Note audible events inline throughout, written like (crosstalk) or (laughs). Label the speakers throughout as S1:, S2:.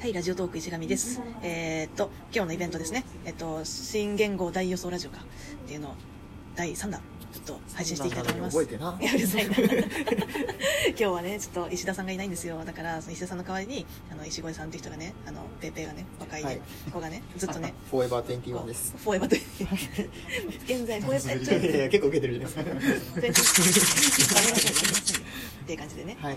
S1: はい、ラジオトーク石上です。えーっと、今日のイベントですね。えっと、新元号大予想ラジオかっていうのを第3弾、ちょっと配信していきたいと思います。
S2: 覚えてな。
S1: いやうるさいな (laughs) 今日はねちょっと石田さんがいないんですよだからその石田さんの代わりにあの石越さんって人がねあのペーペーがね若いね、
S2: はい
S1: 子がねずっと
S2: (laughs)
S1: ね
S2: フォーエバー
S1: こ
S2: 21
S1: う
S2: です。
S1: フォーエバーと
S2: (laughs)
S1: 現在フォーエバー
S2: いやいや結構受けてるじゃないです
S1: 全然 (laughs) っていう感じでね、
S2: はい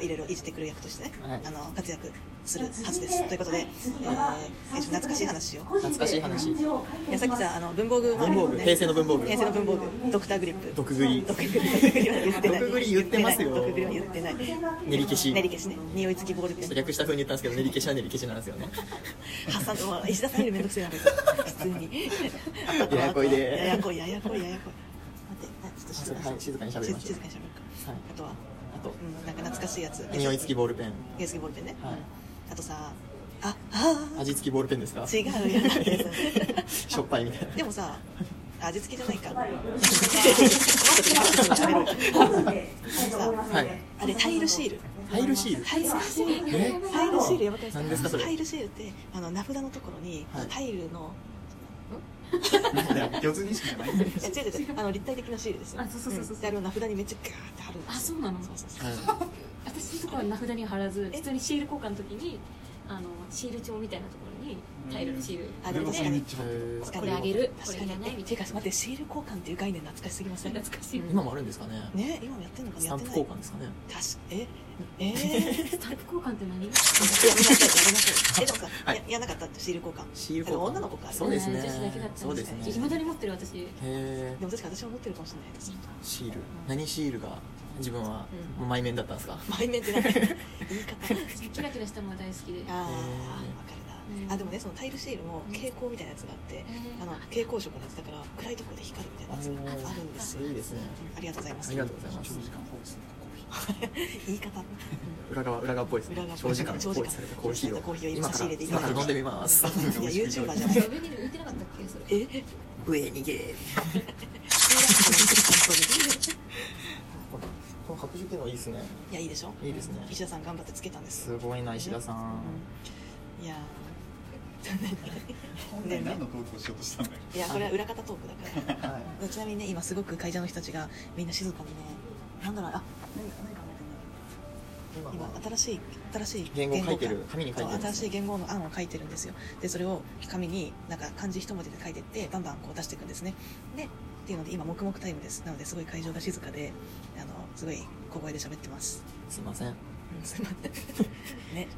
S1: い、ろいろいじってくる役としてね、
S2: はい
S1: あの活躍するはずです。ということで、えー、懐かしい話を。
S2: 懐かしい話
S1: いやさっきさあの文房具周り
S2: 文房具平成の文房具
S1: 平成の文房具ドクターグリップ
S2: 毒食い
S1: 毒食い毒食いは言ってない
S2: 毒食い言ってますよ
S1: 毒食いは言ってない
S2: か。練り消し。
S1: 練り消しね匂い付きボール
S2: ちょ
S1: ペ
S2: っと
S1: ン
S2: 略した風に言ったんですけど練り消しは練り消しなんですよね。
S1: 発散まあ石田さんよりめんどくせえなこいつ普通に
S2: (laughs) ややこいで
S1: ややこいややこいややこい待ってあちょっと
S2: はい静かに喋りましょ
S1: 静
S2: う
S1: 静かに喋るか、
S2: はい
S1: あとは
S2: あと
S1: うんなんか懐かしいやつ
S2: 匂い付きボールペン。
S1: 匂い付きボールペンね、
S2: はい。
S1: あとさああー
S2: 味付きボールペンですか。
S1: 違うよなんてさ
S2: しょっぱいみたいな。
S1: でもさ味付けじゃないか
S2: はい。
S1: あれタイルシール
S2: タイルシール。
S1: タイルシール
S2: え
S1: タイルシールやばくない
S2: 何ですかそれ
S1: タイルシールってあの名札のところに、
S2: はい
S1: タイルの
S3: 共通認識じゃないん
S1: いや違う違う違う
S4: (laughs)
S1: あの立体的なシールですよ
S4: あそうそうそうそうん
S1: であれを名札にめっちゃガーって貼るんですよ
S4: あそうなの
S1: そうそうそう
S2: は
S4: 私のところは名札に貼らず
S1: え
S4: 普通にシール交換の時にあのシール帳みたいなところにタイルのシール
S1: あでも
S4: 貼っ
S1: 確か
S4: て
S1: に
S2: いえー
S4: これあげるこ
S1: 確か
S4: れい
S1: に
S4: らない
S1: え
S4: みた
S1: て
S4: い
S1: か
S4: な
S1: 待ってシール交換っていう概念懐かしすぎません
S4: 懐かしい
S2: 今もあるんですかね。
S1: ね今もやってんのかな
S2: ス
S1: や
S2: タ
S1: っ
S2: ン
S1: てな
S2: プ
S1: い
S2: 交換ですかね。
S1: 確かええー
S4: スタンプ交換って何
S1: やめなさいやめなさいえでもさ、
S2: はい
S1: ややらなかったシール交換
S2: シール
S1: で
S2: 交換
S1: も女の子か
S2: そうですね
S4: ん女子だけだった
S2: そうですね
S4: いまだに持ってる私
S2: へ
S1: で
S2: え。
S1: も確かに私は思ってるかもしれないです
S2: シール。何シールが自分は
S1: う
S2: 前面だったんですか。
S1: 前面ってなんか言い方
S4: キラキラしたものが大好きで
S1: あーわかる
S4: うん
S1: なあでもねそのタイルシールも蛍光みたいなやつがあって
S4: うん
S1: あの蛍光色のやつだから暗いところで光るみたいなやつがあるんですよ
S2: いいですね。
S1: ありがとうございます
S2: ありがとうございます。
S1: 言い方
S2: 裏側裏側っぽいですね
S1: 裏側
S2: 長時間
S1: 長
S2: 長
S1: 時間
S2: 時間されたコーヒーを
S1: コーヒーを今
S2: 今
S1: 差
S2: か
S1: し
S2: ら
S1: 入れて
S2: 今から飲んでみます
S1: いや YouTuber じゃない
S4: 上に浮いてなかったっけそれ
S1: え
S2: 上にゲーこの白色のいいですね
S1: いやいいでしょ
S2: いいですね
S1: 石田さん頑張ってつけたんです
S2: すごいな石田さん
S1: いやーで
S3: で
S1: もね
S3: 何の投稿しようとしたんだよ
S1: いやこれは裏方トークだから
S2: はい
S1: ちなみにね今すごく会社の人たちがみんな静かにねなんだろうあ
S2: 今
S1: 今新しい新しい
S2: 言語
S1: か
S2: 書いてる紙に書いて
S1: そ
S2: る
S1: う新しい言語の案を書いてるんですよでそれを紙になんか漢字一文字で書いてってバンバンこう出していくんですねでっていうので今黙々タイムですなのですごい会場が静かであのすごい小声で喋ってます、
S2: すいませんはい
S1: うん、 (laughs) すいませんね、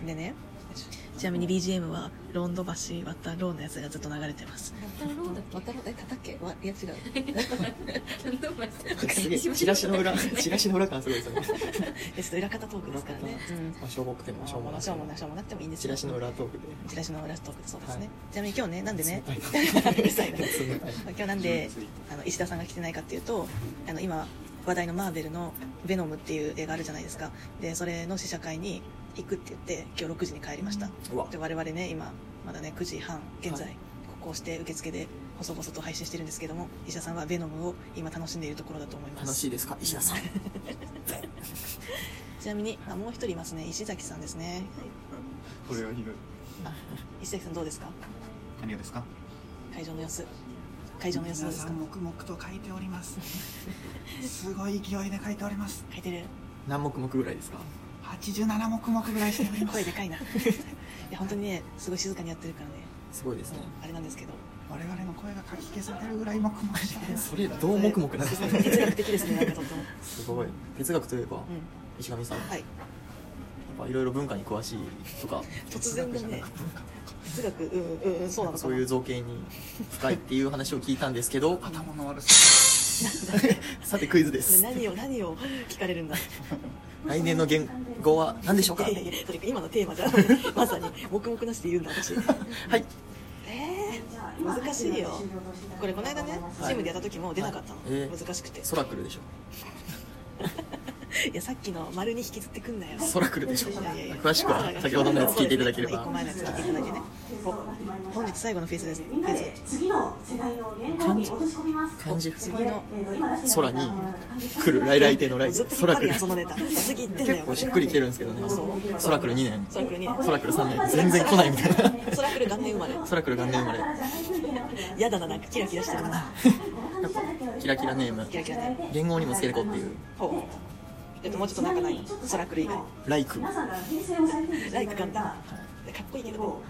S1: うん、でねちなみに BGM はロンド橋渡ローのやつがずっと流れてます
S4: 渡ろうだっけ
S1: 渡ろうえ叩けわいや違う
S4: どうも
S2: す
S1: (laughs)
S2: げえチラシの裏チラシの裏感すごいですね (laughs)
S1: えちょっと裏方トークですからね。うん
S2: まあしょぼくてもしょうもなく
S1: してょうも
S2: も
S1: なしょうもなくてもいいんです
S2: チ
S1: よ
S2: ラシの裏トークで
S1: チラシのラストークそうですね、
S2: はい
S1: ちなみに今日ねなんでね
S2: 冷たいう
S1: るさいな
S2: 冷たい
S1: (laughs) 今日なんであの石田さんが来てないかっていうとあの今話題のマーベルの「ヴェノム」っていう映画あるじゃないですかでそれの試写会に行くって言って今日6時に帰りました
S2: うわ
S1: で我々ね今まだね9時半現在、
S2: はい
S1: こうして受付で細々と配信してるんですけども石田さんは「ヴェノム」を今楽しんでいるところだと思います
S2: 楽しいですか石田さん
S1: ちなみにあもう一人いますね石崎さんですね
S3: これはひどい
S1: 石崎さんどうですか
S3: 何がですか
S1: 会場の様子会場の様子どうですか
S3: 黙々と書いておりますすごい勢いで書いております
S1: 書いてる
S2: 何目目ぐらいですか
S3: 87目目ぐらいしており
S1: 声でかいな
S2: (laughs)
S1: いや本当にねすごい静かにやってるからね
S2: すごいですね
S1: あれなんですけど
S3: 我々の声がかき消されるぐらい黙々しております
S2: それどうもくもくなんです
S1: そう
S2: ね
S1: そう哲学的ですねなんかとっても
S2: すごい哲学といえば
S1: う
S2: 石上さん
S1: んはい
S2: やっぱいろいろ文化に詳しいとか
S1: 突然だね哲学うんうんうんそうなのか
S2: そう
S1: な
S2: いう造形に深いっていう話を聞いたんです
S1: (laughs)
S2: けど
S3: 頭の悪さ
S2: さてクイズです
S1: ね何を何を聞かれるんだ
S2: 来年の言語は何でしょう
S1: い
S2: か
S1: やいやいやそれ今のテーマじゃん (laughs) まさに黙々なしで言うんだ
S2: (laughs)
S1: 私
S2: はい
S1: えー、難しいよこれこの間ねチームでやった時も出なかったの、
S2: はいえー
S1: 難しくて
S2: ソラクルでしょ
S1: いやさっきの丸に引きずってくんなよ
S2: ソラクルでしょ
S1: いやいやいや
S2: 詳しくは先ほどのやつ聞いていただければ
S1: 一個前のやつ聞いていただいてねお本日最後のフェーズですフ
S5: みん
S1: ェ
S5: な
S1: ーズ
S5: で次の世代の言語に落とし込みます。
S2: 漢字
S1: 次の
S2: 空に来る来来亭の来
S1: ずっと引っ
S2: 空
S1: 張
S2: 来
S1: る
S2: る
S1: やんそのネタ次行ってんだ
S2: 結
S1: よ
S2: 構しっくりきてるんですけどね空来る2年
S1: そらくる2
S2: 空来る3年全然来ないみたいな
S1: 年そらくる元年生まれ
S2: 空来る元年生まれ
S1: やだななんかキラキラしてるな
S2: キラキラネーム
S1: キラキラね
S2: 言語にもつけてこうっていう
S1: ほうえっともうちょっとなんかないそらくる以外
S2: 「ライク」
S1: ライク簡単かっこいいけど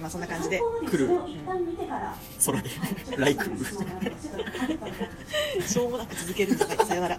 S1: まあそんな感じで
S2: 「来る」「空で」「ライク」
S1: (laughs) しょうもなく続けるんですねさよなら